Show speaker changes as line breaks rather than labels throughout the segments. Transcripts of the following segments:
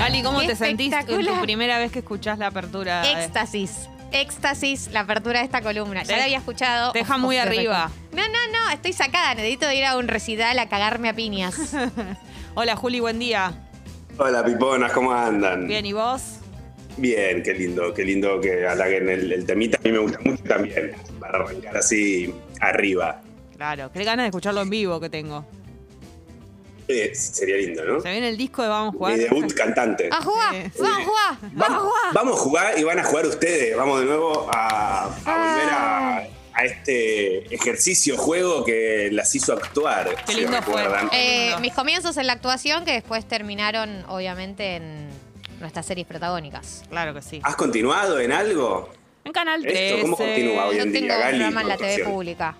Ali, ¿cómo
Qué
te sentís en tu
espectacular.
primera vez que escuchás la apertura? de-
Éxtasis. Éxtasis, la apertura de esta columna. Ya
Te-
la había escuchado.
te deja muy
Ojo,
arriba.
No, no, no, estoy sacada. Necesito ir a un recital a cagarme a piñas.
Hola, Juli, buen día.
Hola piponas, ¿cómo andan?
Bien, ¿y vos?
Bien, qué lindo, qué lindo que halaguen el, el temita. A mí me gusta mucho también, para arrancar así arriba.
Claro, qué ganas de escucharlo en vivo que tengo.
Eh, sería lindo, ¿no?
Se viene el disco de Vamos a jugar.
Mi debut cantante.
¡A jugar!
Sí.
¡Vamos a jugar! ¡Vamos a jugar!
Vamos a jugar y van a jugar ustedes. Vamos de nuevo a, a volver a, a este ejercicio, juego que las hizo actuar.
Qué
si
lindo fue.
recuerdan.
Eh,
lindo.
mis comienzos en la actuación que después terminaron, obviamente, en nuestras series protagónicas.
Claro que sí.
¿Has continuado en algo?
En Canal 13.
Ah, Esto, ¿cómo continúa hoy
Yo
en
tengo
día?
un
Gali,
programa en la TV
actuación.
pública.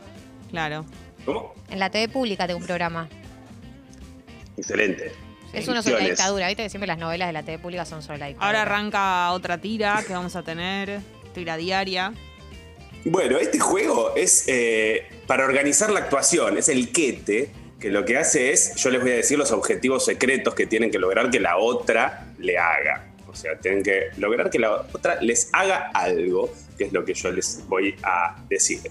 Claro.
¿Cómo?
En la TV pública tengo un programa.
Excelente.
Es uno sobre la
Ficciones.
dictadura. Viste que siempre las novelas de la TV pública son sobre la dictadura.
Ahora arranca otra tira que vamos a tener. Tira diaria.
Bueno, este juego es eh, para organizar la actuación, es el quete, que lo que hace es, yo les voy a decir los objetivos secretos que tienen que lograr que la otra le haga. O sea, tienen que lograr que la otra les haga algo, que es lo que yo les voy a decir.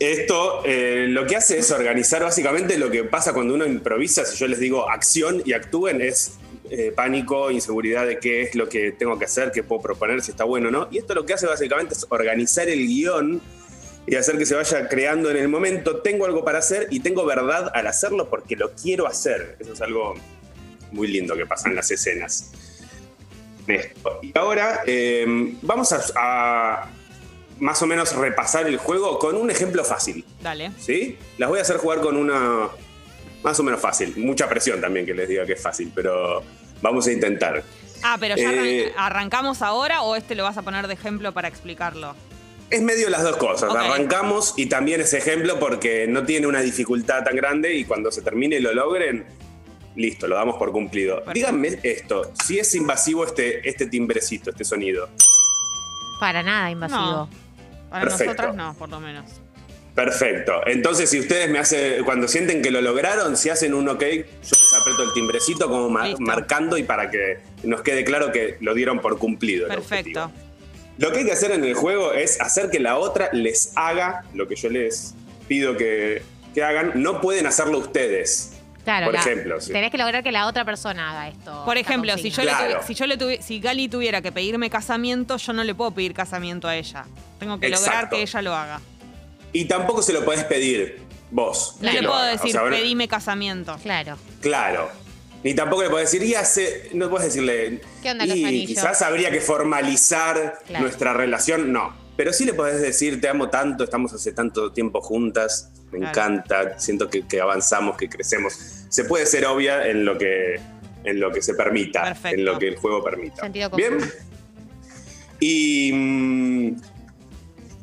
Esto eh, lo que hace es organizar básicamente lo que pasa cuando uno improvisa, si yo les digo acción y actúen, es eh, pánico, inseguridad de qué es lo que tengo que hacer, qué puedo proponer, si está bueno o no. Y esto lo que hace básicamente es organizar el guión y hacer que se vaya creando en el momento, tengo algo para hacer y tengo verdad al hacerlo porque lo quiero hacer. Eso es algo muy lindo que pasa en las escenas. Esto. Y ahora eh, vamos a- a más o menos repasar el juego con un ejemplo fácil.
Dale.
¿sí? Las voy a hacer jugar con una más o menos fácil. Mucha presión también que les diga que es fácil, pero vamos a intentar.
Ah, pero ya arran-
Eh.
arrancamos ahora o este lo vas a poner de ejemplo para explicarlo.
Es medio las dos cosas.
Ok.
Arrancamos y también ese ejemplo porque no tiene una dificultad tan grande y cuando se termine y lo logren, listo, lo damos por cumplido.
Perfecto.
Díganme esto, si es invasivo este, este timbrecito, este sonido.
Para nada invasivo.
No. Para
Perfecto.
nosotras no, por lo menos.
Perfecto. Entonces, si ustedes me hacen, cuando sienten que lo lograron, si hacen un ok, yo les aprieto el timbrecito como ma-
Listo.
marcando y para que nos quede claro que lo dieron por cumplido. el
Perfecto.
objetivo. Lo que hay que hacer en el juego es hacer que la otra les haga lo que yo les pido que, que hagan. No pueden hacerlo ustedes.
Claro,
Por
la-
ejemplo, sí.
tenés que lograr que la otra persona haga esto.
Por
esta
ejemplo, si
consigna.
yo, le
Claro.
tuvi- si yo le tuvi- si Gali tuviera que pedirme casamiento, yo no le puedo pedir casamiento a ella. Tengo que lograr
Exacto.
que ella lo haga.
Y tampoco se lo podés pedir vos.
No
Claro.
que
le
lo
puedo
haga. O
decir,
sea, ahora-
pedime casamiento.
Claro.
Claro. Ni tampoco le podés decir, y hace, no podés decirle,
¿Qué onda los
y
anillos?"
quizás habría que formalizar
Claro.
nuestra relación, no. Pero sí le podés decir, te amo tanto, estamos hace tanto tiempo juntas, me
Claro.
encanta, siento que, que avanzamos, que crecemos. Se puede ser obvia en lo que, en lo que se permita,
Perfecto.
en lo que el juego permita.
Sentido común.
Bien. Y mm,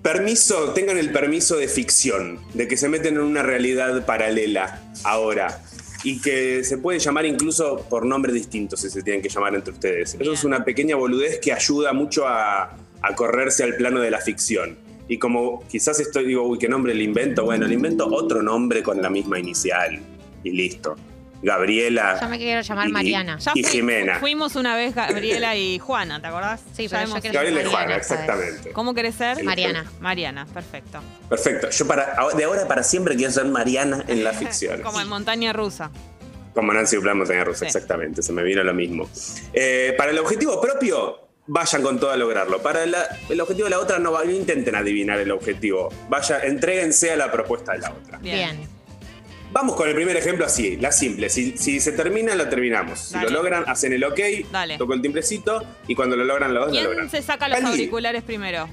permiso, tengan el permiso de ficción, de que se meten en una realidad paralela ahora. Y que se puede llamar incluso por nombres distintos si se tienen que llamar entre ustedes. Eso
Bien.
es una pequeña boludez que ayuda mucho a, a correrse al plano de la ficción. Y como quizás estoy, digo, uy, ¿qué nombre le invento? Bueno, le invento otro nombre con la misma inicial. Y listo. Gabriela.
Yo me quiero llamar
y-
Mariana.
Ya
y
fui-
Jimena.
fuimos una vez Gabriela y Juana, ¿te acordás?
Sí,
Ya
pero yo
hemos-
quiero-
Gabriela y
Mariana,
Juana,
esta vez.
exactamente.
¿Cómo querés ser?
El-
Mariana.
Mariana, perfecto.
Perfecto. Yo para, ahora- de ahora para siempre quiero ser Mariana en la ficción.
Como en montaña rusa.
Como Nancy Duplán Montaña Rusa,
Sí.
exactamente. Se me vino lo mismo. Eh, para el objetivo propio, vayan con todo a lograrlo. Para la- el objetivo de la otra, no, va- no intenten adivinar el objetivo. Vaya, entréguense a la propuesta de la otra.
Bien.
Vamos con el primer ejemplo así, la simple. Si, si se termina, lo terminamos. Si
Dale.
lo logran, hacen el ok,
Dale.
toco el timbrecito y cuando lo logran los dos, lo
¿Quién
logran.
se saca los
Cali,
auriculares primero?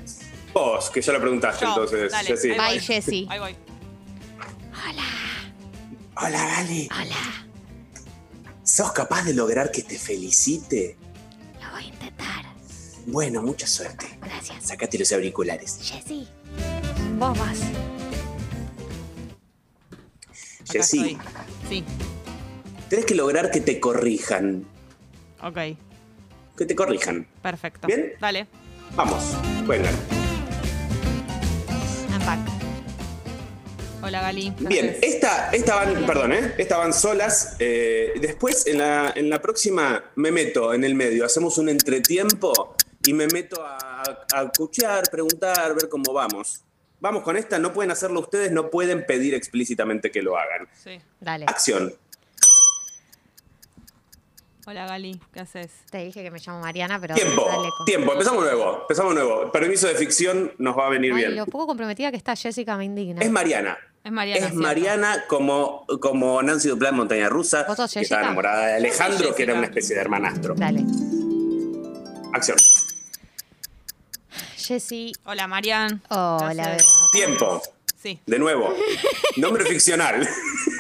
Vos, que ya lo preguntaste,
Yo,
entonces.
dale,
Jessy.
ahí va.
Bye, Jessy.
Ahí voy.
Hola, Gali.
Hola,
¿Sos capaz de lograr que te felicite?
lo voy a intentar.
Bueno, mucha suerte.
Gracias.
Sácate los auriculares.
Jessy. Vos vas.
Acá
Jessy,
estoy. Sí,
tenés que lograr que te corrijan.
ok.
Que te corrijan.
Perfecto.
¿Bien?
Dale.
Vamos, juegan.
I'm back.
Hola. Hola, Gali.
Bien, Eh.
Entonces,
esta, esta van, perdón, ¿eh? Esta van solas. eh, después, en la, en la próxima, me meto en el medio, hacemos un entretiempo y me meto a, a escuchar, preguntar, ver cómo vamos. Vamos con esta, no pueden hacerlo ustedes, no pueden pedir explícitamente que lo hagan.
sí.
Dale.
Acción.
Hola, Gali. ¿Qué haces?
Te dije que me llamo Mariana, pero dale
Tiempo,
con-
tiempo, empezamos nuevo, empezamos nuevo. Permiso de ficción nos va a venir
Ay,
bien.
lo poco comprometida que está Jessica me indigna.
Es Mariana.
Es Mariana,
Es
¿cierto?
Mariana como, como Nancy Duplán, Montaña Rusa,
¿Vos sos
que estaba
Jessica?
enamorada de
Yo soy
Alejandro, que era
Jessica.
una especie de hermanastro.
Dale.
Acción.
Jessy.
Hola, Marian.
Hola,
¿Qué
Bea.
haces?
Tiempo.
Sí.
De nuevo. Nombre ficcional.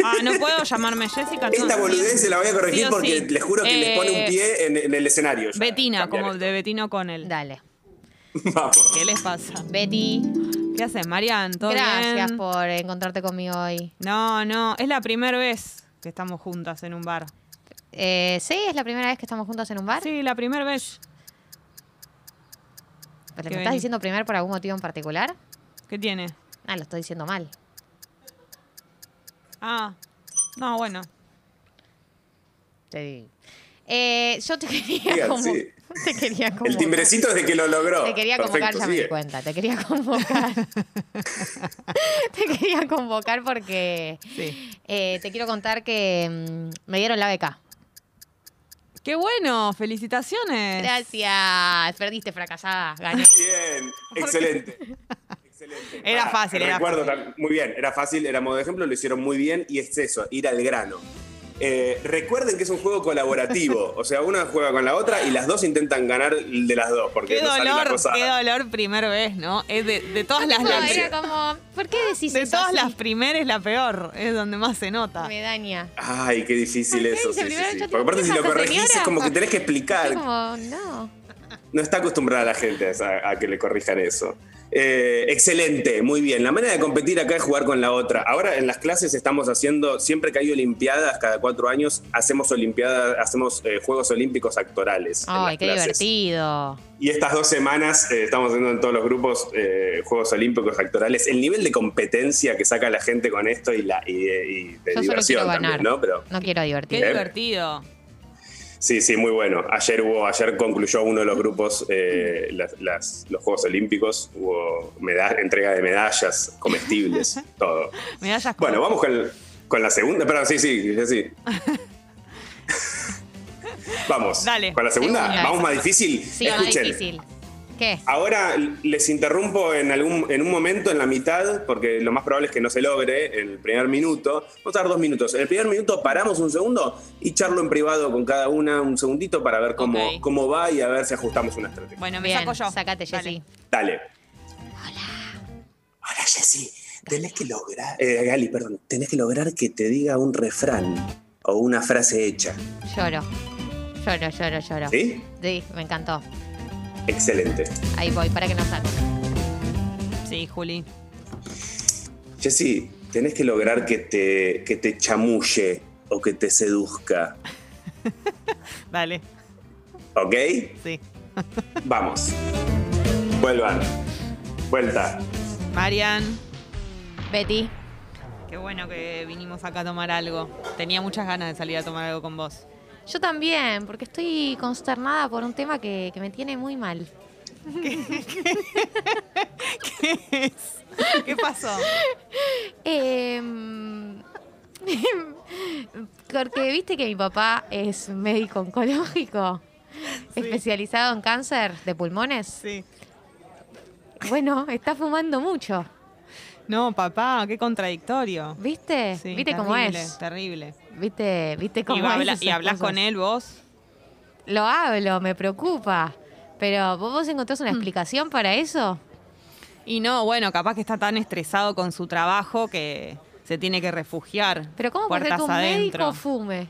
Ah, no puedo llamarme Jessica.
Esta
No,
boludez
sí.
se la voy a corregir
Sí o
porque
sí.
les juro que les pone un
Eh,
pie en, en el escenario. ya.
Betina,
Cambiar
como
esto.
de Betino con él.
Dale.
Vamos.
¿Qué les pasa?
Betty,
¿Qué haces, Marian? ¿Todo
gracias
bien?
por encontrarte conmigo hoy.
No, no, es la primera vez que estamos juntas en un bar.
Eh, sí, es la primera vez que estamos juntos en un bar.
Sí, la primera vez. que
¿Pero me
vení.
estás diciendo primer por algún motivo en particular?
¿Qué tiene?
Ah, lo estoy diciendo mal.
Ah, no, bueno.
Te- Eh, yo te quería
Digan,
como-
sí.
Te quería convocar.
El timbrecito desde que lo logró.
Te quería convocar,
Perfecto,
ya me di
sigue.
cuenta. Te quería convocar. te quería convocar porque
Sí.
eh, te quiero contar que mm, me dieron la beca.
¡Qué bueno! ¡Felicitaciones!
Gracias. Perdiste, fracasada. Gané.
Bien, excelente. Excelente.
Era fácil, era
recuerdo
fácil.
tam- Muy bien, era fácil, era modo de ejemplo, lo hicieron muy bien y es eso, ir al grano. Eh, recuerden que es un juego colaborativo, o sea, una juega con la otra y las dos intentan ganar el de las dos, porque
¡Qué
no sale la
dolor!
cosa.
¡Qué dolor primera vez, ¿no? Es de, de todas las,
No,
las-
era como, ¿por qué decís
de
eso
todas
así?
las primeras es la peor, es donde más se nota.
Me daña.
Ay, qué difícil
Ay,
eso. Sí,
dice
sí,
primero,
sí.
yo
Porque aparte
digo,
si
¿qué
lo
pasa,
corregís es
señora?
como que tenés que
Yo
explicar.
como, no.
No está acostumbrada la gente a, a que le corrijan eso. Eh, excelente, muy bien. La manera de competir acá es jugar con la otra. Ahora en las clases estamos haciendo, siempre que hay Olimpiadas, cada cuatro años, hacemos Olimpiadas, hacemos eh, Juegos Olímpicos Actorales. en
Ay,
las
qué
clases.
divertido.
Y estas dos semanas eh, estamos haciendo en todos los grupos eh, Juegos Olímpicos Actorales. El nivel de competencia que saca la gente con esto y, la, y, eh, y de
Yo solo
diversión
quiero
también,
ganar.
¿no? Pero
No quiero
¡Qué
divertir.
Bien.
divertido!
Sí, sí, muy bueno. Ayer hubo, ayer concluyó uno de los grupos, eh, las- las- los Juegos Olímpicos, hubo meda- entrega de medallas, comestibles, todo.
Medallas con-
Bueno, vamos con, con la segunda. Perdón, sí, sí, sí, sí. vamos.
Dale.
Con la segunda,
Segunda,
vamos más difícil.
Sí, más
Escuchen.
difícil. ¿Qué?
Ahora les interrumpo en, algún, en un momento, en la mitad, porque lo más probable es que no se logre en el primer minuto. Vamos a dar dos minutos. En el primer minuto paramos un segundo y charlo en privado con cada una un segundito para ver cómo,
Ok.
cómo va y a ver si ajustamos una estrategia.
Bueno, me
Bien,
saco yo.
sacate,
Dale.
Jessy.
Dale. Hola. Hola, Jessy. Tenés que lograr, eh, Gali, perdón, tenés que lograr que te diga un refrán o una frase hecha.
Lloro. Lloro, lloro, lloro.
¿Sí?
Sí, me encantó.
Excelente.
Ahí voy, para que no saco.
Sí, Juli.
Jessy, tenés que lograr que te, que te chamulle o que te seduzca.
Dale,
¿Ok?
sí.
Vamos. Vuelvan. Vuelta.
Marian,
Betty,
qué bueno que vinimos acá a tomar algo. Tenía muchas ganas de salir a tomar algo con vos.
yo también, porque estoy consternada por un tema que, que me tiene muy mal.
¿Qué pasó?
Eh, porque viste que mi papá es médico oncológico, especializado en cáncer de pulmones.
Sí.
Bueno, está fumando mucho,
No, papá, qué contradictorio.
¿viste?
Sí,
Eh, ¿Viste cómo
terrible,
es?
Terrible.
¿Viste, viste cómo
Y, va a
es
habla-
esas
y hablas
cosas?
con él vos.
Lo hablo, me preocupa. Pero ¿vo- vos encontrás
Mm.
una explicación para eso?
Y no, bueno, capaz que está tan estresado con su trabajo que se tiene que refugiar.
Pero ¿cómo porque
puertas
tu
adentro.
médico fume?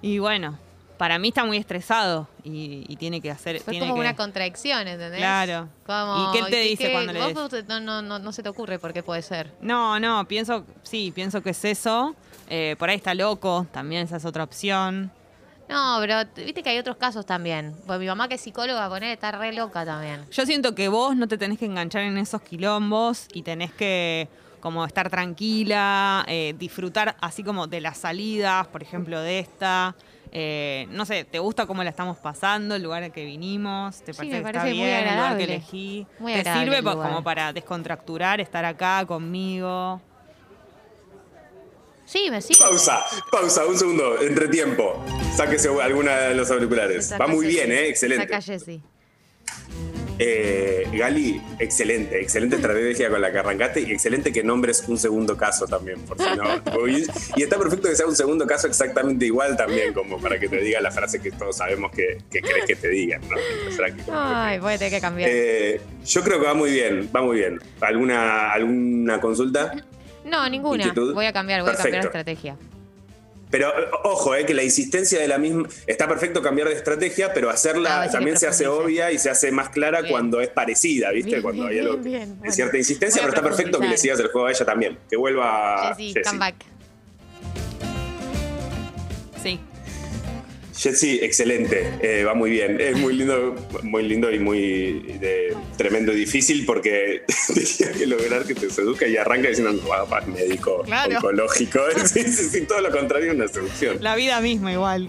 Y bueno, para mí está muy estresado y, y tiene que hacer.
Fue
tiene
como
que-
una contradicción, ¿entendés?
Claro.
Como,
¿Y qué él te dice cuando le
vos
des?
te- no, no, no, no se te ocurre por qué puede ser.
No, no, pienso, sí, pienso que es eso. Eh, por ahí está loco, también esa es otra opción.
No, pero t- viste que hay otros casos también. Pues mi mamá que es psicóloga, poner está re loca también.
Yo siento que vos no te tenés que enganchar en esos quilombos y tenés que como estar tranquila, eh, disfrutar así como de las salidas, por ejemplo, de esta. Eh, no sé, ¿te gusta cómo la estamos pasando, el lugar al que vinimos? ¿Te
Sí,
parece,
me
que está
parece muy
bien el lugar que
agradable.
elegí?
Muy
¿Te
agradable
sirve
el
po-
lugar.
como para descontracturar, estar acá conmigo?
Sí, me sigue.
Pausa, pausa, un segundo, entre tiempo. Sáquese alguna de los auriculares. Va muy bien, ¿eh? Excelente.
Saca Jessy.
Eh, Gali, excelente, excelente estrategia con la que arrancaste y excelente que nombres un segundo caso también, por si no. Y, y está perfecto que sea un segundo caso exactamente igual también, como para que te diga la frase que todos sabemos que, que crees que te digan, ¿no? O sea, que como que-
Ay, voy a tener que cambiar.
Eh, yo creo que va muy bien, va muy bien. ¿Alguna, alguna consulta?
no, ninguna.
inquietud.
Voy a cambiar, voy a cambiar la
Perfecto.
estrategia.
Pero eh, ojo, eh, que la insistencia de la misma. Está perfecto cambiar de estrategia, pero
Ah,
hacerla
sí que
también se hace
profundice.
obvia y se hace más clara
Bien.
cuando es parecida, ¿viste?
Bien,
cuando
bien,
hay algo
bien, bien.
de
Bueno,
cierta insistencia,
voy a
pero está perfecto que le
profundizar.
sigas el juego a ella también. Que vuelva.
Jessy, come back.
Sí.
Jessy, excelente, eh, va muy bien. Es muy lindo, muy lindo y muy de- tremendo y difícil porque tenía que lograr que te seduzca y arranca diciendo no, va para médico
Claro.
oncológico. Sí, sí, sí, todo lo contrario, una seducción.
La vida misma igual.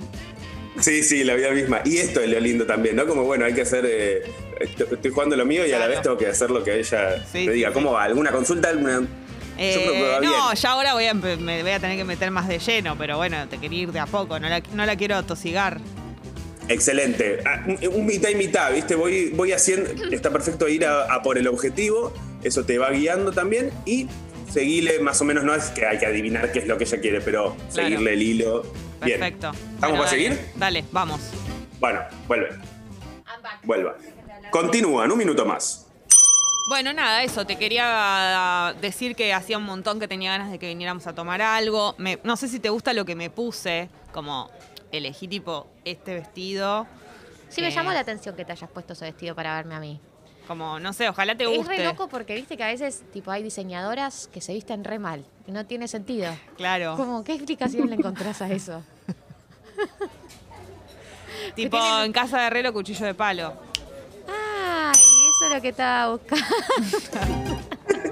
Sí, sí, la vida misma. Y esto es lo lindo también, ¿no? Como bueno, hay que hacer. eh, est- estoy jugando lo mío y a la
Claro.
vez tengo que hacer lo que ella
Sí,
me diga.
sí,
¿Cómo va? ¿Alguna consulta? ¿Alguna.? Yo creo que va
Eh, no,
bien.
ya ahora voy a, empe- me voy a tener que meter más de lleno, pero bueno, te quería ir de a poco, no la, no la quiero tosigar.
Excelente. Ah, un- Un mitad y mitad, ¿viste? Voy, voy haciendo. Está perfecto ir a, a por el objetivo. Eso te va guiando también. Y seguirle, más o menos, no es que hay que adivinar qué es lo que ella quiere, pero seguirle el hilo. Bien.
Perfecto.
¿Vamos
Bueno,
para
dale,
seguir?
Dale, vamos.
Bueno, vuelve. Vuelva. Continúan, un minuto más.
Bueno, nada, eso, te quería ah, decir que hacía un montón que tenía ganas de que viniéramos a tomar algo. Me- no sé si te gusta lo que me puse, como elegí tipo este vestido,
Sí, me
Eh.
llamó la atención que te hayas puesto ese vestido para verme a mí.
como, no sé, ojalá te
Es
guste.
re loco porque viste que a veces tipo hay diseñadoras que se visten re mal. y No tiene sentido.
Claro.
Como, ¿qué explicación le encontrás a eso?
Tipo,
tienen-
en casa de herrero, cuchillo de palo.
Ay, eso es lo que estaba buscando.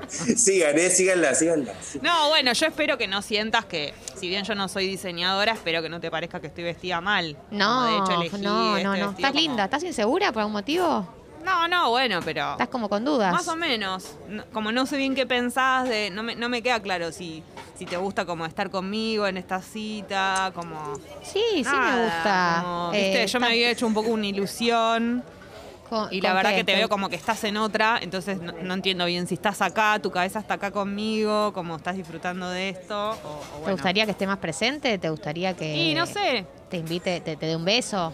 Sigan, eh, síganla, síganla.
No, bueno, yo espero que no sientas que, si bien yo no soy diseñadora, espero que no te parezca que estoy vestida mal.
No,
Como de hecho elegí
no,
este
no, no.
vestido
¿Estás
como-
linda? ¿Estás insegura por algún motivo?
No, no, bueno, pero.
¿Estás como con dudas?
Más o menos. No- Como no sé bien qué pensás, de, no, me, no me queda claro si, si te gusta como estar conmigo en esta cita, como.
Sí, sí me
nada,
gusta.
como,
Eh,
Viste, yo me
estás
había hecho un poco una ilusión.
con-
Y la
¿con
verdad
qué?
que te
¿Con-
veo como que estás en otra, entonces no, no entiendo bien si estás acá, tu cabeza está acá conmigo, como estás disfrutando de esto. o- o
¿Te
bueno.
gustaría que esté más presente? ¿Te gustaría que
Y no sé.
te invite, te, te dé un beso?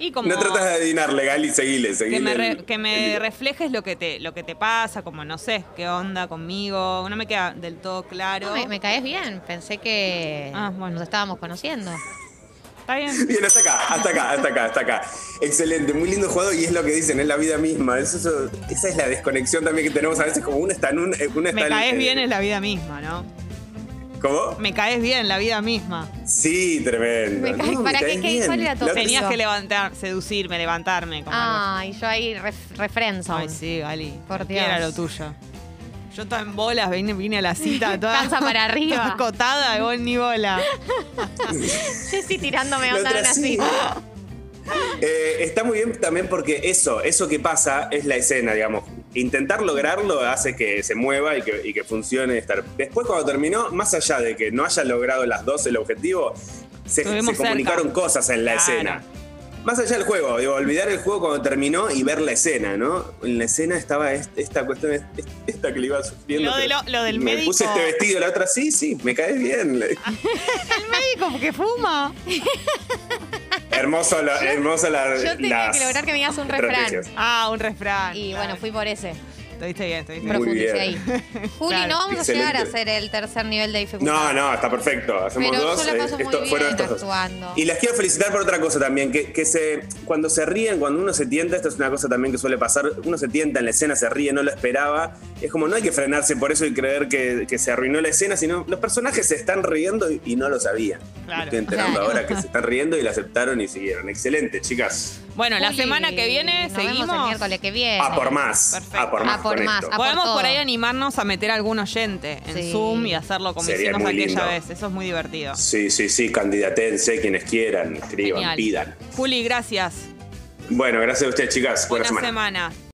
Y como
No tratas de adivinarle, Gali, seguile, seguile.
que me, re-
el-
que me
el-
reflejes lo que te lo que te pasa, como no sé, qué onda conmigo, no me queda del todo claro.
No, me, me caes bien, pensé que
Ah, bueno.
nos estábamos conociendo.
Está bien.
Bien, hasta acá, hasta acá, hasta acá, hasta acá. Excelente, muy lindo jugador y es lo que dicen, es la vida misma. Eso, eso- esa es la desconexión también que tenemos a veces, como una está en un... eh, Una está
Me
en-
caes
eh,
bien en la vida misma, ¿no?
¿Cómo?
Me caes bien en la vida misma.
Sí, tremendo.
Me caes- ¿para qué? ¿Qué-
bien.
cuál era tu
La otra-
opinión?
Tenías que levantar, seducirme, levantarme. Como
Ay, yo ahí ref, referenza.
Ay, sí, Gali.
Ah. Por
¿qué era
Dios.
lo tuyo? Yo estaba en bolas, vine, vine a la cita toda.
Panza para arriba.
toda acotada, y vos ni bola.
Jessy tirándome
La
onda
otra
una
sí.
así.
Eh, está muy bien también porque eso, eso que pasa es la escena, digamos. Intentar lograrlo hace que se mueva y que, y que funcione estar. Después cuando terminó, más allá de que no haya logrado las dos el objetivo, se, se
Estuvimos
comunicaron
cerca.
cosas en la
Claro.
escena. Más allá del juego, digo, olvidar el juego cuando terminó y ver la escena, ¿no? En la escena estaba est- esta cuestión, est- esta que le iba sufriendo.
Lo de
pero
lo- lo del
me
médico.
puse este vestido, la otra sí, sí, me cae bien.
El médico que fuma.
hermoso, la, hermoso la.
Yo tenía
las
que lograr que me digas un refrán.
estrategias.
Ah, un refrán.
Y
claro.
bueno, fui por ese.
Estuviste bien, estuviste bien.
Muy bien.
Profundicé ahí. Juli,
Claro.
no vamos a llegar a
Excelente.
hacer el tercer nivel de dificultad.
No, no, está perfecto. Hacemos
Pero yo
dos.
la
eh,
paso muy bien
fueron estos dos.
actuando.
Y las quiero felicitar por otra cosa también, que, que se, cuando se ríen, cuando uno se tienta, esto es una cosa también que suele pasar, uno se tienta en la escena, se ríe, no lo esperaba, Es como no hay que frenarse por eso y creer que, que se arruinó la escena, sino los personajes se están riendo y, y no lo sabían.
Claro.
Me Estoy enterando
Claro.
ahora que se están riendo y la aceptaron y siguieron. Excelente, chicas.
Bueno, la
Juli, eh,
semana que viene
nos
seguimos.
Vemos el miércoles que viene.
A Ah, por más.
Perfecto.
A por
A
más.
por
con
más,
esto.
a por
Podemos por
todo.
ahí animarnos a meter a algún oyente en
Sí.
Zoom y hacerlo como
Sería
hicimos
muy
aquella
lindo.
vez. Eso es muy divertido.
Sí, sí, sí, candidatense, quienes quieran, escriban,
Genial.
pidan.
Juli, gracias.
Bueno, gracias a ustedes, chicas. Buena,
Buena
semana.
semana.